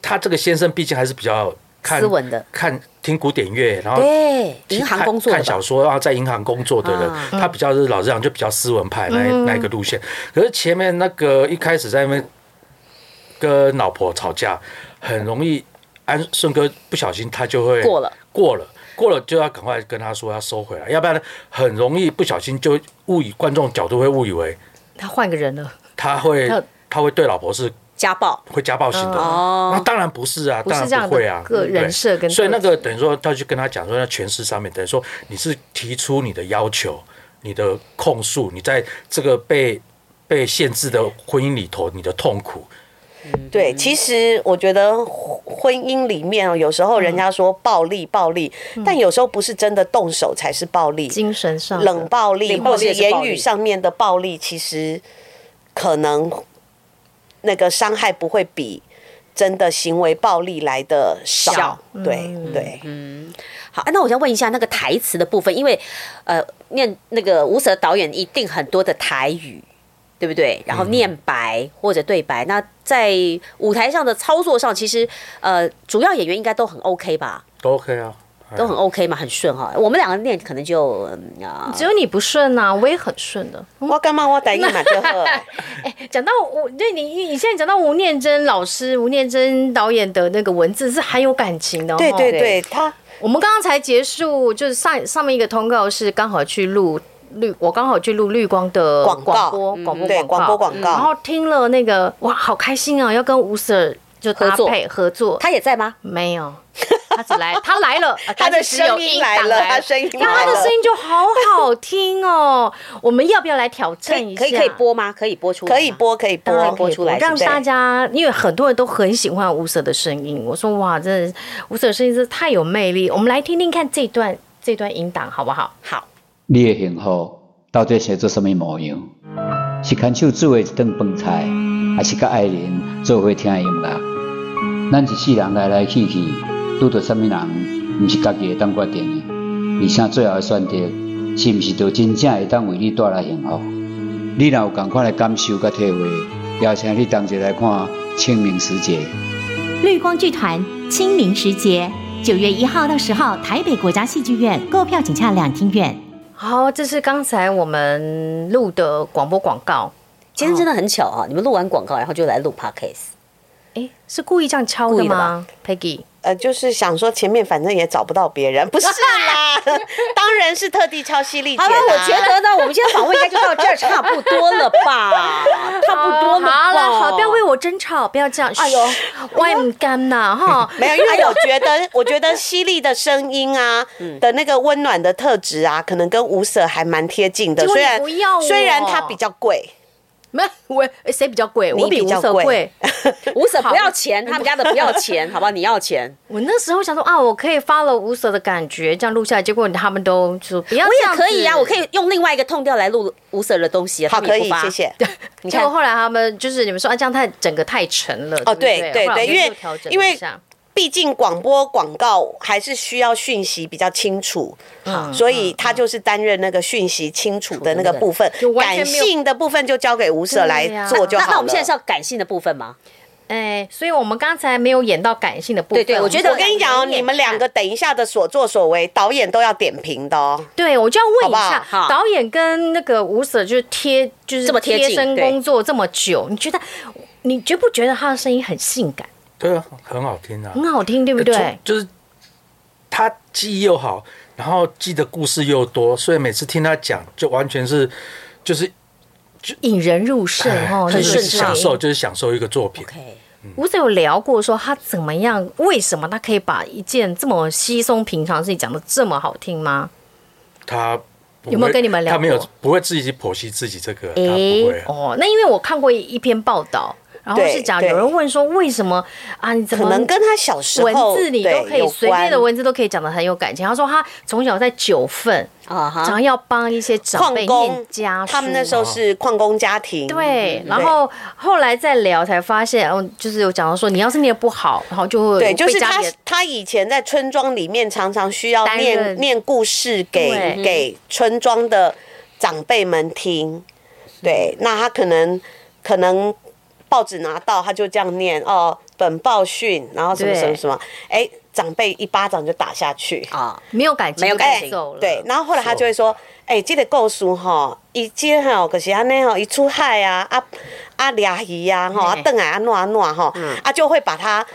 S3: 他这个先生毕竟还是比较看
S2: 斯文的
S3: 看听古典乐，然后
S2: 对，银行工作
S3: 看看
S2: 的
S3: 小
S2: 吧，
S3: 说，然后在银行工作的人，
S2: 啊嗯
S3: 他比较是老实讲就比较斯文派那一、那一个路线。可是前面那个一开始在那边跟老婆吵架，很容易安顺哥不小心他就会
S2: 过了
S3: 过了。过了就要赶快跟他说要收回来，要不然很容易不小心就误以观众角度会误以为
S5: 他换个人了，
S3: 他会
S5: 他
S3: 他会对老婆是
S2: 家暴
S3: 会家暴型的，
S2: 哦
S3: 那当然不是啊，
S5: 不是
S3: 当
S5: 这样
S3: 然
S5: 的
S3: 不会啊，
S5: 个
S3: 对
S5: 人设跟
S3: 所以那
S5: 特质
S3: 个等于说，他去跟他讲说，那诠释上面等于说你是提出你的要求、你的控诉，你在这个被被限制的婚姻里头，你的痛苦，
S5: 嗯
S4: 对，其实我觉得婚婚姻里面哦，有时候人家说暴力暴力，但有时候不是真的动手才是暴力，
S5: 嗯精神上的
S4: 冷暴力
S2: 冷暴
S4: 或
S2: 力
S4: 是
S2: 也是暴
S4: 言
S2: 力
S4: 语上面的暴力，其实可能那个伤害不会比真的行为暴力来的少
S2: 小。
S4: 对
S5: 嗯
S4: 对，
S2: 好，啊那我想问一下那个台词的部分，因为呃，念那个吴蛇导演一定很多的台语，对不对？然后念白或者对白，那在舞台上的操作上，其实呃，主要演员应该都很 OK 吧，
S3: 都 OK 啊，
S2: 都很 OK 嘛，很顺哈。我们两个念可能就嗯啊，
S5: 只有你不顺啊，我也很顺的。
S4: 我干嘛我等一马就喝？
S5: 讲到吴，对你你你现在讲到吴念真老师、吴念真导演的那个文字是很有感情的、哦，
S4: 对对对，他
S5: 我们刚刚才结束，就是上上面一个通告是刚好去录绿，我刚好去录绿光的
S4: 广告
S5: 播
S4: 嗯
S5: 广播
S4: 对广播
S5: 告，
S4: 广
S5: 然
S4: 告，
S5: 后听了那个哇，好开心啊，要跟吴 Sir 就搭
S2: 合作
S5: 配合作，
S2: 他也在吗？
S5: 没有，他只来， *laughs* 他来了，啊
S4: *laughs* 他的
S5: 但是只有
S4: 声音
S5: 一
S4: 来
S5: 档
S4: 了
S5: 来
S4: 他声音
S5: 然后
S4: 来
S5: 他的
S4: 了
S5: 声音就好好听哦。我们要不要来挑
S2: 可
S5: 战
S2: 以
S5: 一
S2: 可
S5: 下？
S2: 以可以播吗？可以播出来吗
S4: 可以，播，可以
S5: 当然
S4: 播
S5: 可以播
S2: 出来
S5: 让
S4: 对
S5: 大家，因为很多人都很喜欢吴舍的声音。我说哇，真的，吴舍的声音真的太有魅力。我们来听听看这段这段音档好不好？
S2: 好，
S7: 你的幸福到底是做什么模样？是牵手煮的一顿饭菜，还是甲爱人做伙听的音乐？咱一世人来来去去，拄着什么人，毋是家己会当决定的，而且最后的选择，是毋是就真正会当为你带来幸福？你若有共款的感受甲体会，邀请你同齐来看《清明时节》。
S6: *laughs* 绿光剧团清明时节，九月一号到十号，台北国家戏剧院购票请洽两厅院。
S5: 好，这是刚才我们录的广播广告。
S2: 今天真的很巧啊！你们录完广告，然后就来录 podcast，
S5: 哎，是故意这样敲
S2: 故
S5: 的
S2: 意的
S5: 吗？Peggy，
S4: 呃，就是想说前面反正也找不到别人，不是啦，当然是特地敲犀利姐啊
S2: 好了，
S4: 啦。。
S2: 我觉得呢，我们今天访问应该就到这儿差不多了吧， *laughs* 差不哦多了吧。
S5: 好了，好，不要为我争吵，不要这样。哎呦，外母干呐
S2: *laughs*
S5: 哈
S4: 没有，因为我觉得，我觉得犀利的声音啊的那个温暖的特质啊，可能跟吴舍还蛮贴近的。
S5: 结果
S4: 虽
S5: 你
S4: 然
S5: 不要
S4: 虽然它
S5: 我
S4: 比较贵，
S5: 没有，我谁比较贵？
S4: 你
S5: 我比
S4: 比
S5: 吴
S4: 较
S5: 舍
S4: 贵
S5: 贵。
S2: 吴婶不要钱，他们家的不要钱，好不好？你要钱，
S5: *laughs* 我那时候想说啊，我可以 follow 无所的感觉，这样录下来，结果他们都说不要
S2: 我
S5: 这
S2: 也
S5: 样
S2: 可以啊，
S5: 子
S2: 我可。以用另外一个痛调来录吴婶的东西啊，
S4: 好，
S2: 他们
S4: 可
S2: 也
S4: 以
S2: 不，发
S4: 谢。谢。
S2: 你
S5: 结
S2: 看
S5: 果，后来他们就是你们说啊，这样太整个太沉了。
S4: 哦
S5: 对不
S4: 对对
S5: 后来我
S4: 对因
S5: 们就
S4: 为
S5: 调整
S4: 因为
S5: 一下
S4: 毕竟广播广告还是需要讯息比较清楚，
S5: 嗯
S4: 所以他就是担任那个讯息清楚的那个部分
S5: 就，完全
S4: 感
S5: 没有
S4: 性的部分就交给吴舍
S5: 对
S4: 来
S5: 呀
S4: 做就
S2: 那
S4: 好了。
S2: 那我们现在是要感性的部分吗？
S5: 哎，所以我们刚才没有演到感性的部分。
S2: 对对我觉得
S5: 们
S4: 我跟你讲哦，
S5: 演
S4: 你们两个等一下的所作所为，导演都要点评的哦。
S5: 对，我就要问一
S4: 好
S5: 下
S2: 不好好
S5: 导演跟那个吴 Sir 就是贴就是
S2: 这么贴近
S5: 贴身
S2: 对
S5: 工作这么久，你觉得你觉不觉得他的声音很性感，
S3: 对啊，很好听啊，
S5: 很好听，对不对？
S3: 就？就是他记忆又好，然后记的故事又多，所以每次听他讲，就完全是就是哎
S5: 引人入胜哦，
S3: 就
S5: 那个
S3: 是
S5: 声
S3: 享
S5: 音
S3: 受，就是享受一个作品。
S2: OK，
S5: 吴 Sir 有聊过说他怎么样，为什么他可以把一件这么稀松平常的事情讲的这么好听吗？
S3: 他不会
S5: 有没有跟你们聊
S3: 他没有
S5: 过
S3: 不会自己剖析自己这个，他不会啊。
S5: 哦，那因为我看过一篇报道，然后
S4: 对
S5: 是讲
S4: 对
S5: 有人问说为什么啊？你怎
S4: 可
S5: 么
S4: 能跟他小时
S5: 文
S4: 候
S5: 字你都
S4: 对
S5: 可以
S4: 有
S5: 随便的
S4: 关
S5: 文字都可以讲的很有感情？他说他从小在九份，
S2: 啊
S5: 常
S2: 哈，
S5: 要帮一些长
S4: 矿
S5: 辈念
S4: 工
S5: 家书，
S4: 他们那时候嗯是矿工家庭，
S5: 对，然后后来再聊才发现，哦，就是有讲到说你要是念不好，然后就会
S4: 对，就是
S5: 被家
S4: 他
S5: 里的
S4: 他以前在村庄里面常常需要
S5: 担
S4: 念
S5: 任
S4: 念故事给
S5: 对
S4: 给村庄的长辈们听，对，那他可能可能报纸拿到他就这样念哦，本报讯，然后什么
S5: 对
S4: 什么什么，哎，长辈一巴掌就打下去，
S2: 啊，
S5: 没有感情，
S2: 没有感情
S5: 走了，
S4: 对，然后后来他就会说，哎、这个故事吼，伊这吼就是安尼吼，伊出海啊，啊啊掠鱼啊，吼，啊
S5: 嘿
S4: 邓来啊，弄啊弄啊吼，啊就会把它。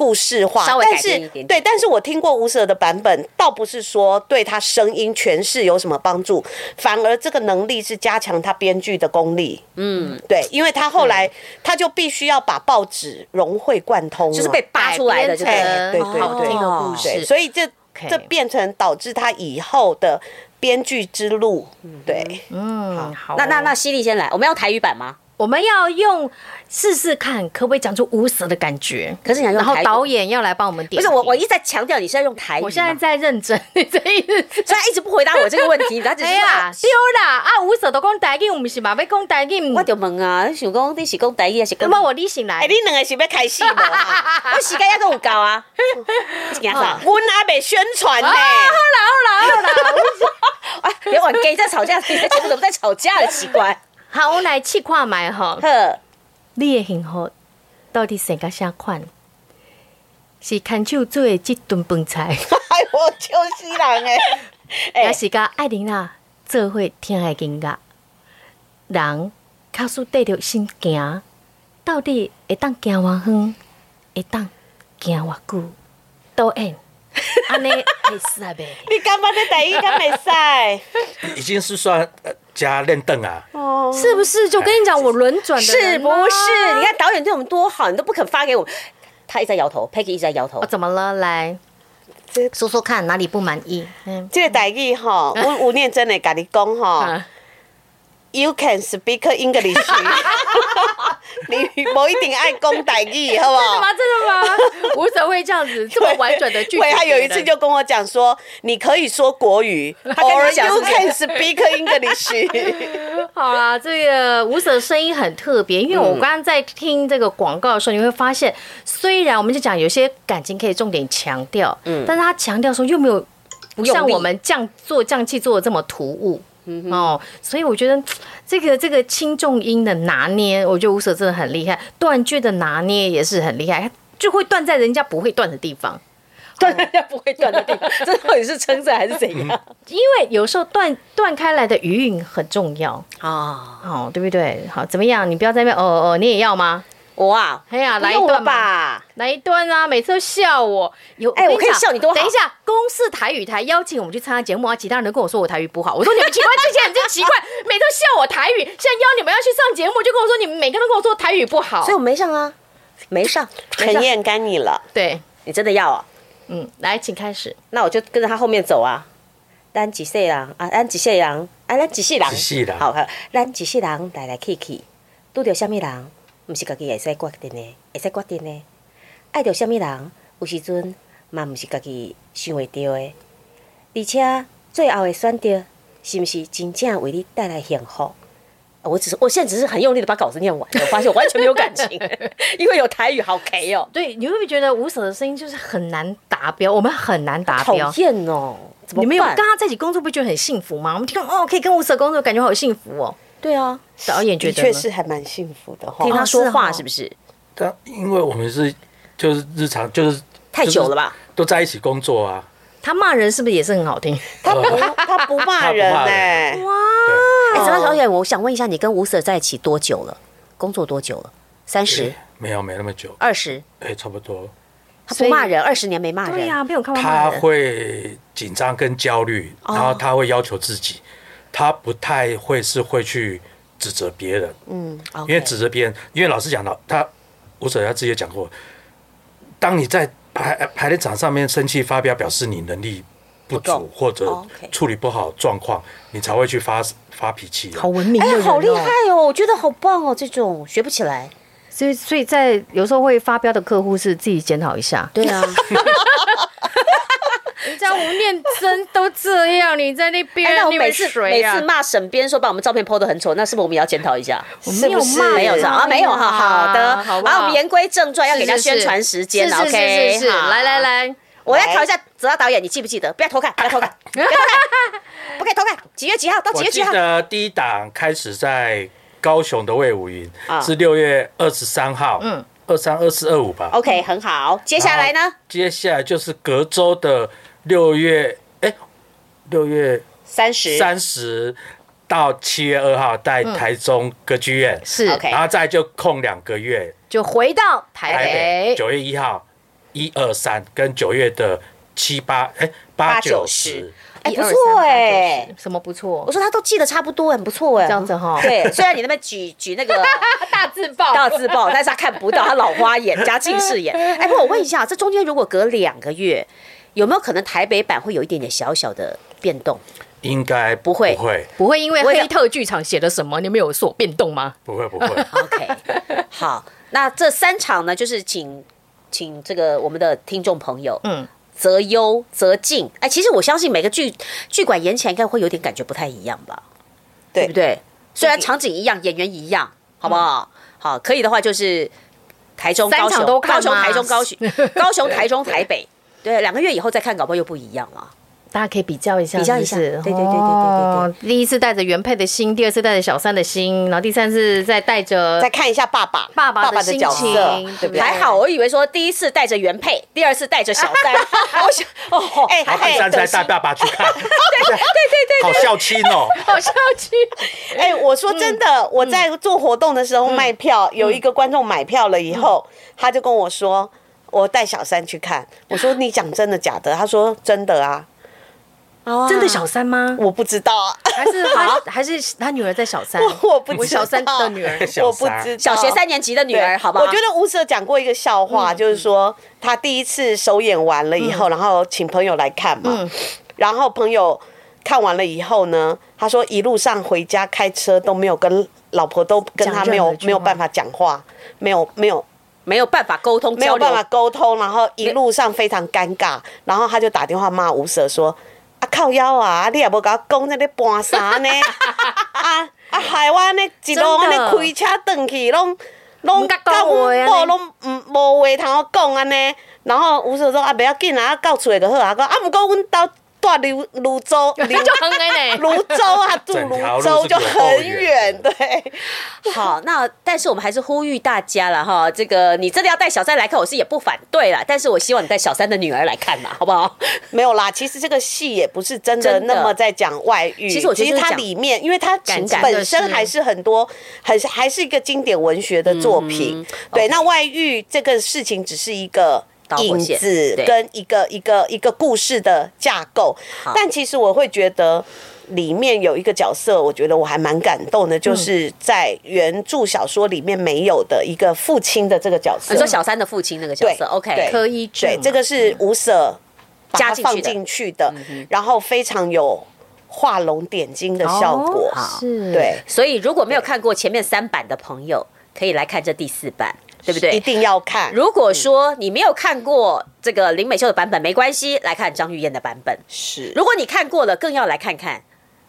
S4: 故事化，
S2: 嗯稍微
S4: 但
S2: 改变一
S4: 是
S2: 点点
S4: 对，但是我听过吴舍的版本，倒不是说对他声音诠释有什么帮助，反而这个能力是加强他编剧的功力。
S2: 嗯，
S4: 对，因为他后来他就必须要把报纸融会贯通了，
S2: 就是被扒出来的，就
S4: 改编
S2: 对
S4: 成对对
S5: 好
S4: 对
S5: 听的故
S4: 对，
S5: 事。
S4: 所以这
S5: OK
S4: 这变成导致他以后的编剧之路，对，
S5: 嗯，好哦，
S2: 那那那犀利先来，我们要台语版吗？
S5: 我们要用试试看，可不可以讲出无舌的感觉？
S2: 可是你想用
S5: 然后
S2: 台语
S5: 导演要来帮我们点
S2: 不
S5: 评。
S2: 是我，我一直在强调你是在用台语嘛，
S5: 我现在在认真， *laughs* 你这意思？
S2: 所以他一直不回答我这个问题， *laughs* 他只是
S5: 哎呀，
S2: 说
S5: 丢啦！啊，无舌都讲台语，我们是嘛要讲台语？嗯
S2: 我就问啊，你想讲你是讲台语还是
S5: 那
S2: 讲？
S5: 么我你醒来
S4: 哎，，你两个是要开戏
S2: *laughs*
S4: 无啊？
S2: 我时间还够有够啊， *laughs* 你是惊
S4: *laughs* 阮
S2: 啥？
S4: 还没宣传呢，
S2: 啊 *laughs* 别往 *laughs* gay 在吵架，你在节目怎么在吵架了？奇怪。
S5: *laughs* 好，我来试看卖吼，
S2: 呵，
S5: 你的幸福到底生个啥款？是牵手做的这顿饭菜，
S4: *laughs* 哎，我就是人
S2: *laughs*
S4: 哎，
S5: 还是甲爱玲啦做伙听的音乐？人卡输缀着心行，到底会当行偌远？会当行偌久？导演， *laughs* 安尼会死啊呗。
S4: 你感觉这台语敢袂使？
S3: 已经是算呃加练凳啊，
S5: 是不是？就跟你讲，我轮转的人啊
S2: 是不 *laughs* 是？你看导演对我们多好，你都不肯发给我们。他一直在摇头，Peggy 一直在摇头
S5: 哦，。
S4: 啊
S5: 怎么了？来
S4: 这，
S5: 说说看哪里不满意？嗯，
S4: 这个台语吼，我
S2: 嗯
S4: 有念真的甲你讲
S2: *laughs*
S4: 吼
S5: *laughs* 啊
S4: ，You can speak English，你无一定爱讲台语，好不
S5: 真
S4: 好
S5: 的吗？？真的吗？无所谓这样子这么婉转的拒绝别
S4: 对， *laughs*
S5: 人。
S4: 他有一次就跟我讲说，你可以说国语
S2: 跟
S4: ，or
S2: 你讲
S4: you
S2: 是不是
S4: can speak
S5: *laughs*
S4: English。
S5: 好啦，这个吴 Sir 声音很特别，因为我刚刚在听这个广告的时候，你会发现，虽然我们就讲有些感情可以重点强调，嗯，但是他强调的时候又没有不像
S2: 用力
S5: 我们降做降气做的这么突兀。
S2: 嗯
S5: 哦，所以我觉得这个这个轻重音的拿捏，我觉得吴 Sir 真的很厉害，断句的拿捏也是很厉害，他就会断在人家不会断的地方。
S2: *laughs* 断人家不会断的地方， *laughs* 这到底是称赞还是怎样
S5: 嗯因为有时候断断开来的余韵很重要，
S2: 啊？
S5: 哦，对不对？好，怎么样？你不要在那边哦哦，你也要吗？
S2: 我啊，
S5: 哎呀，
S2: 不
S5: 来一
S2: 用了
S5: 段嘛，
S2: 吧。
S5: 来一段啊！每次都笑我，有
S2: 哎
S5: 跟
S2: 我可以
S5: 讲
S2: 笑你多好
S5: 等一下，公视台语台邀请我们去参加节目啊，其他人都跟我说我台语不好，我说你们奇怪，这些人真
S2: *laughs*
S5: 奇怪，每次都笑我台语，现在邀你们要去上节目，就跟我说你们每个人都跟我说我台语不好
S2: 所以，我没上啊，没上。
S4: *laughs* 陈燕该你了，
S5: 对，
S2: 你真的要啊？
S5: 嗯，来，请开始。
S2: 那我就跟着他后面走啊。咱几岁人啊？咱几岁人啊？咱几岁人？
S3: 一世人
S2: 好，好咱几岁人来来去去，拄着什么人，毋是家己会使决定的，会使决定的。爱着什么人，有时阵嘛毋是家己想会到的。而且最后的选择，是毋是真正为你带来幸福？啊我只是，我现在只是很用力的把稿子念完，我发现我完全没有感
S3: *laughs*
S2: 情，因为有台语好 K 哦，
S5: 对，你会不会觉得吴sở的声音就是很难达标？我们很难达
S2: 讨
S5: 标。
S2: 厌哦，怎么
S5: 你
S2: 办？
S5: 们有跟他在一起工作，不觉得很幸福吗？我们听到哦，可以跟吴sở工作，感觉好幸福哦。
S2: 对啊，
S5: 导演觉
S4: 的
S5: 得呢
S4: 确是还蛮幸福的哈
S2: 听。他说
S5: 哦是
S2: 话
S5: 哦
S2: 是不是？
S3: 但因为我们是就是日常就是
S2: 太久了吧？
S3: 就是都在一起工作啊，
S5: 他骂人是不是也是很好听？
S4: 他不他不骂人哎，
S5: 啊
S2: 哎，陈导演，我想问一下，你跟吴 Sir 在一起多久了？工作多久了？三十、
S3: 没有没那么久，
S2: 二十？
S3: 哎、差不多。
S2: 他不
S5: 所以
S2: 骂人，二十年没骂人。
S5: *laughs*
S3: *laughs*
S5: 对呀、没有看过骂
S3: 他
S5: 人。
S3: 会紧张跟焦虑，
S5: 哦
S3: 然后他会要求自己，他不太会是会去指责别人，
S5: 嗯
S2: o
S3: 因为指责别人，因为老师讲到他，吴哲他自己也讲过，当你在排排练场上面生气发飙，表示你能力不
S2: 不够
S3: 足或者
S2: 哦，OK
S3: 处理不好状况，你才会去发发脾气啊、
S5: 好文明、
S2: 哎呀，好厉！害哦！我觉得好棒哦，这种学不起来。
S5: 所以，所以在有时候会发飙的客户是自己检讨一下。
S2: 对 *laughs* 啊，
S5: 人家吴念真都这样，你在那边
S2: 哎，那我
S5: 你以
S2: 每
S5: 为
S2: 次
S5: 谁啊
S2: 每
S5: 呀
S2: 次骂沈编说把我们照片 PO 的很丑，那是不是我们也要检讨一下？
S5: 我没有
S4: 是不
S5: 骂
S4: 是
S5: 人，
S2: 没有
S4: 是
S2: 照啊，没有哈，好的，
S5: 好不
S2: 然后
S5: 好？
S2: 我们言归正传，要给
S5: 是
S2: 大家
S5: 是是
S2: 宣传时间啊
S5: 是是
S2: ，OK？
S5: 是是是，
S2: 好
S5: 来来来，
S2: 我来考一下泽大导演，你记不记得？不
S5: *laughs*
S2: 要偷看，不要偷看，不要偷看，不可以偷看。几月几号到
S3: 我
S2: 几月
S3: 记
S2: 几号？
S3: 得第一档开始在高雄的魏武营、
S2: 啊
S3: 是六月二十三号，嗯，二三、二四、二五吧。
S2: OK，很好。接下来
S3: 然
S2: 呢
S3: 后？接下来就是隔周的六月，哎、六月
S2: 三十
S3: 三十到七月二号在台中歌剧院，
S5: 是
S2: OK
S3: 然后再就空两个月，
S5: 就回到台
S3: 台北
S5: 北，
S3: 九月一号、一二三跟九月的七八，哎，八九十，
S2: 哎，
S5: 一
S2: 不
S5: 二
S2: 错
S5: 三八
S2: 哎、
S5: 九十什么不错
S2: 我？说他都记得差不多，很不错哎、
S5: 这样子哈
S2: 对，虽然你那边举举那个
S5: 大字报
S2: 大字报，但是他看不到，他老花眼加近视眼。哎，不过我问一下，这中间如果隔两个月，有没有可能台北版会有一点点小小的变动？
S3: 应该
S2: 不会
S3: 不会，
S5: *laughs* 不会因为
S2: 我也
S5: 黑特剧场写的什么，你们有所变动吗？
S3: 不会， *laughs* 不会。
S4: *laughs*
S2: OK，好，那这三场呢，就是请请这个我们的听众朋友，嗯
S5: 嗯，
S2: 择优择进。哎，其实我相信每个剧剧馆演起来应该会有点感觉不太一样吧，
S4: 对嗯
S2: 不对？虽然场景一样，演员一样，好不好？好，可以的话就是台中、
S5: 三
S2: 高
S5: 场
S2: 雄、
S5: 都看
S2: 高雄、
S5: 吗
S2: 台中、高雄、
S4: *laughs*
S2: 高雄、台中、台北。对，两个月以后再看，搞不好又不一样了。
S5: 大家可以比较一下，
S2: 比较一下
S5: 是不是
S2: 对对对对对对对
S5: 哦第一次带着原配的心，第二次带着小三的心，然后第三次再带着 *laughs*
S4: 再看一下爸爸，
S5: 爸爸的
S4: 的角
S5: 心
S4: 色，对
S5: 情对
S4: 不
S5: 不
S4: 对
S5: 对？
S2: 还好，我以为说第一次带着原配，第二次带着小三，
S4: *laughs*
S2: 我想哦，
S4: 哎
S3: 然后第三
S4: 哎
S3: 次还带爸爸去看， *laughs* 对对对对，好孝亲 *laughs* 哦。
S5: 好笑
S2: *laughs*
S5: 去。
S4: 哎，
S5: 嗯
S4: 我说真的，我
S5: 嗯
S4: 在做活动的时候卖票，有一个观众买票了以后，他就跟我说：“我带小三去看，我说你讲真的假的？他说真的啊，
S5: 真的小三吗？
S4: 我不知道啊，
S5: 还是他还是他女儿在小
S2: *laughs*
S5: 三？
S4: *laughs* 我我不知道
S5: 我小三的女儿
S3: 小
S4: *laughs* 我不
S3: 三
S4: 知道
S2: 小学三年级的女
S4: 对
S2: 儿，好不好？
S4: 我觉得吴舍讲过一个笑话，就是说他第一次首演完了以后，然后请朋友来看嘛，然后朋友看完了以后呢，他说一路上回家开车都没有跟老婆都跟他
S5: 讲任何
S4: 没有
S5: 一句话
S4: 没有办法讲话，没有没有
S2: 没有办法沟通
S4: 没有
S2: 交
S4: 办法
S2: 流，
S4: 沟通，然后一路上非常尴尬，然后他就打电话骂吴舍说：“啊靠腰啊，你也无甲我讲那咧搬啥呢？啊啊害我呢一路安尼开车转去，拢拢
S5: 唔甲讲话安尼
S4: 某拢毋无话通好讲安尼。”然后吴舍说：“啊，袂要紧啊，到厝就好啊。”讲啊，毋过阮兜住泸泸州，泸
S5: *laughs* 就很爱呢。
S2: *laughs*
S4: 泸州啊，住
S3: 整条
S4: 泸
S3: 路
S4: 州
S3: 是
S4: 就
S3: 有后
S4: 很
S3: 援
S4: 远，对。
S2: *laughs* 好，那但是我们还是呼吁大家了哈，这个你真的要带小三来看，我是也不反对啦，但是我希望你带小三的女儿来看啦，好
S4: *laughs*
S2: 不好？
S4: 没有啦，其实这个戏也不是真的
S2: 真的
S4: 那么在讲外遇。
S2: 其实我觉得就是
S4: 它
S2: 讲
S4: 里面，因为它其
S2: 感
S4: 实
S2: 情
S4: 本
S5: 的
S4: 身
S5: 事
S4: 还是很多，还是还是一个经典文学的作
S2: 嗯
S4: 品。对，那外遇这个事情只是一个。
S2: 导火
S4: 影
S2: 线
S4: 子
S2: 对
S4: 跟一个一个一个故事的架构
S2: 好，
S4: 但其实我会觉得里面有一个角色，我觉得我还蛮感动的，
S2: 嗯
S4: 就是在原著小说里面没有的一个父亲的这个角色。
S2: 哦你说小三的父亲那个角
S4: 对
S2: 色
S4: 对
S2: ，OK，
S5: 柯一正
S4: 对
S5: 嘛，
S4: 这个是无舍嗯把它
S2: 加进去
S4: 放
S2: 的
S4: 进去的，嗯然后非常有画龙点睛的效果。
S5: 哦是
S4: 对，
S2: 所以如果没有看过前面三版的朋友，可以来看这第四版，对不
S4: 一
S2: 对？
S4: 定要看。
S2: 如果说你没有看过这个林美秀的版本，没关系，来看张玉燕的版本。
S4: 是
S2: 如果你看过了，更要来看看。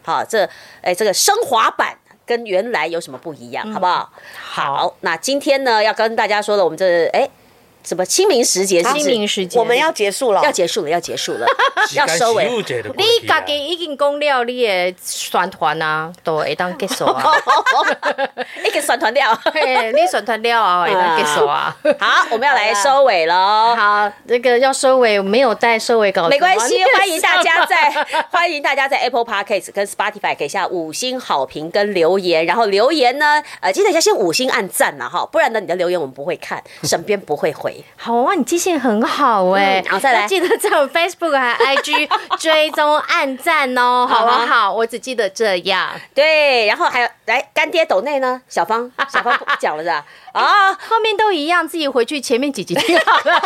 S2: 好，这哎，这个升华版跟原来有什么不一
S4: 嗯
S2: 样，好不好？好，那今天呢，要跟大家说了，我们这哎，什么清明时节是不
S5: 清明
S2: 是？
S5: 时节，哦
S4: 我们要结束了，
S2: 要结束了，要结束了，要收尾。
S3: 误解的过
S5: 你
S3: 去
S5: 家
S3: 啊。
S5: 己已经讲了，你的选团啊，都会当结束
S2: *laughs*
S5: 啊。
S2: 一个哎算团
S5: *laughs*
S2: 掉。
S5: 嘿，你选团了啊，会当结束
S2: *laughs*
S5: 啊。
S2: 好，我们要来收尾喽。
S5: 好，这个要收尾，我没有带收尾稿，。
S2: 没关系，欢迎大家在 *laughs* 欢迎大家在 Apple Podcast 跟 Spotify 给下五星好评跟留言，然后留言呢，呃，记得要先五星按赞呐哈，不然呢你的留言我们不会看，沈编不会
S5: *laughs*
S2: 回。
S5: 好啊，你记性很好哎、
S2: 嗯好再来
S5: 要记得在我 Facebook 还有
S2: *laughs*
S5: IG 追踪按赞哦，好不
S2: 好啊
S5: 好？我只记得这样。
S2: 对，然后还有来干爹抖内呢，小芳，小芳不讲了
S5: *laughs*
S2: 是吧？啊，
S5: 后面都一样，自己回去前面几集听好
S2: *laughs*
S5: 了，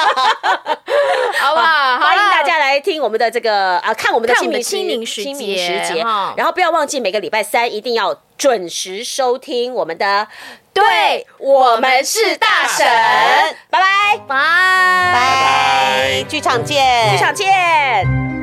S5: 好不好？
S2: 欢迎
S5: 好啦
S2: 大。家来听我们的这个啊，看我们的
S5: 看我
S2: 清
S5: 们
S2: 明
S5: 的
S2: 时
S5: 清明时
S2: 清明
S5: 节
S2: 时节
S5: 哈，
S2: 然后不要忘记每个礼拜三一定要准时收听我们的，
S5: 对
S2: 我们是大神，拜拜，
S5: 拜。
S4: 拜，剧场见，
S2: 剧场见。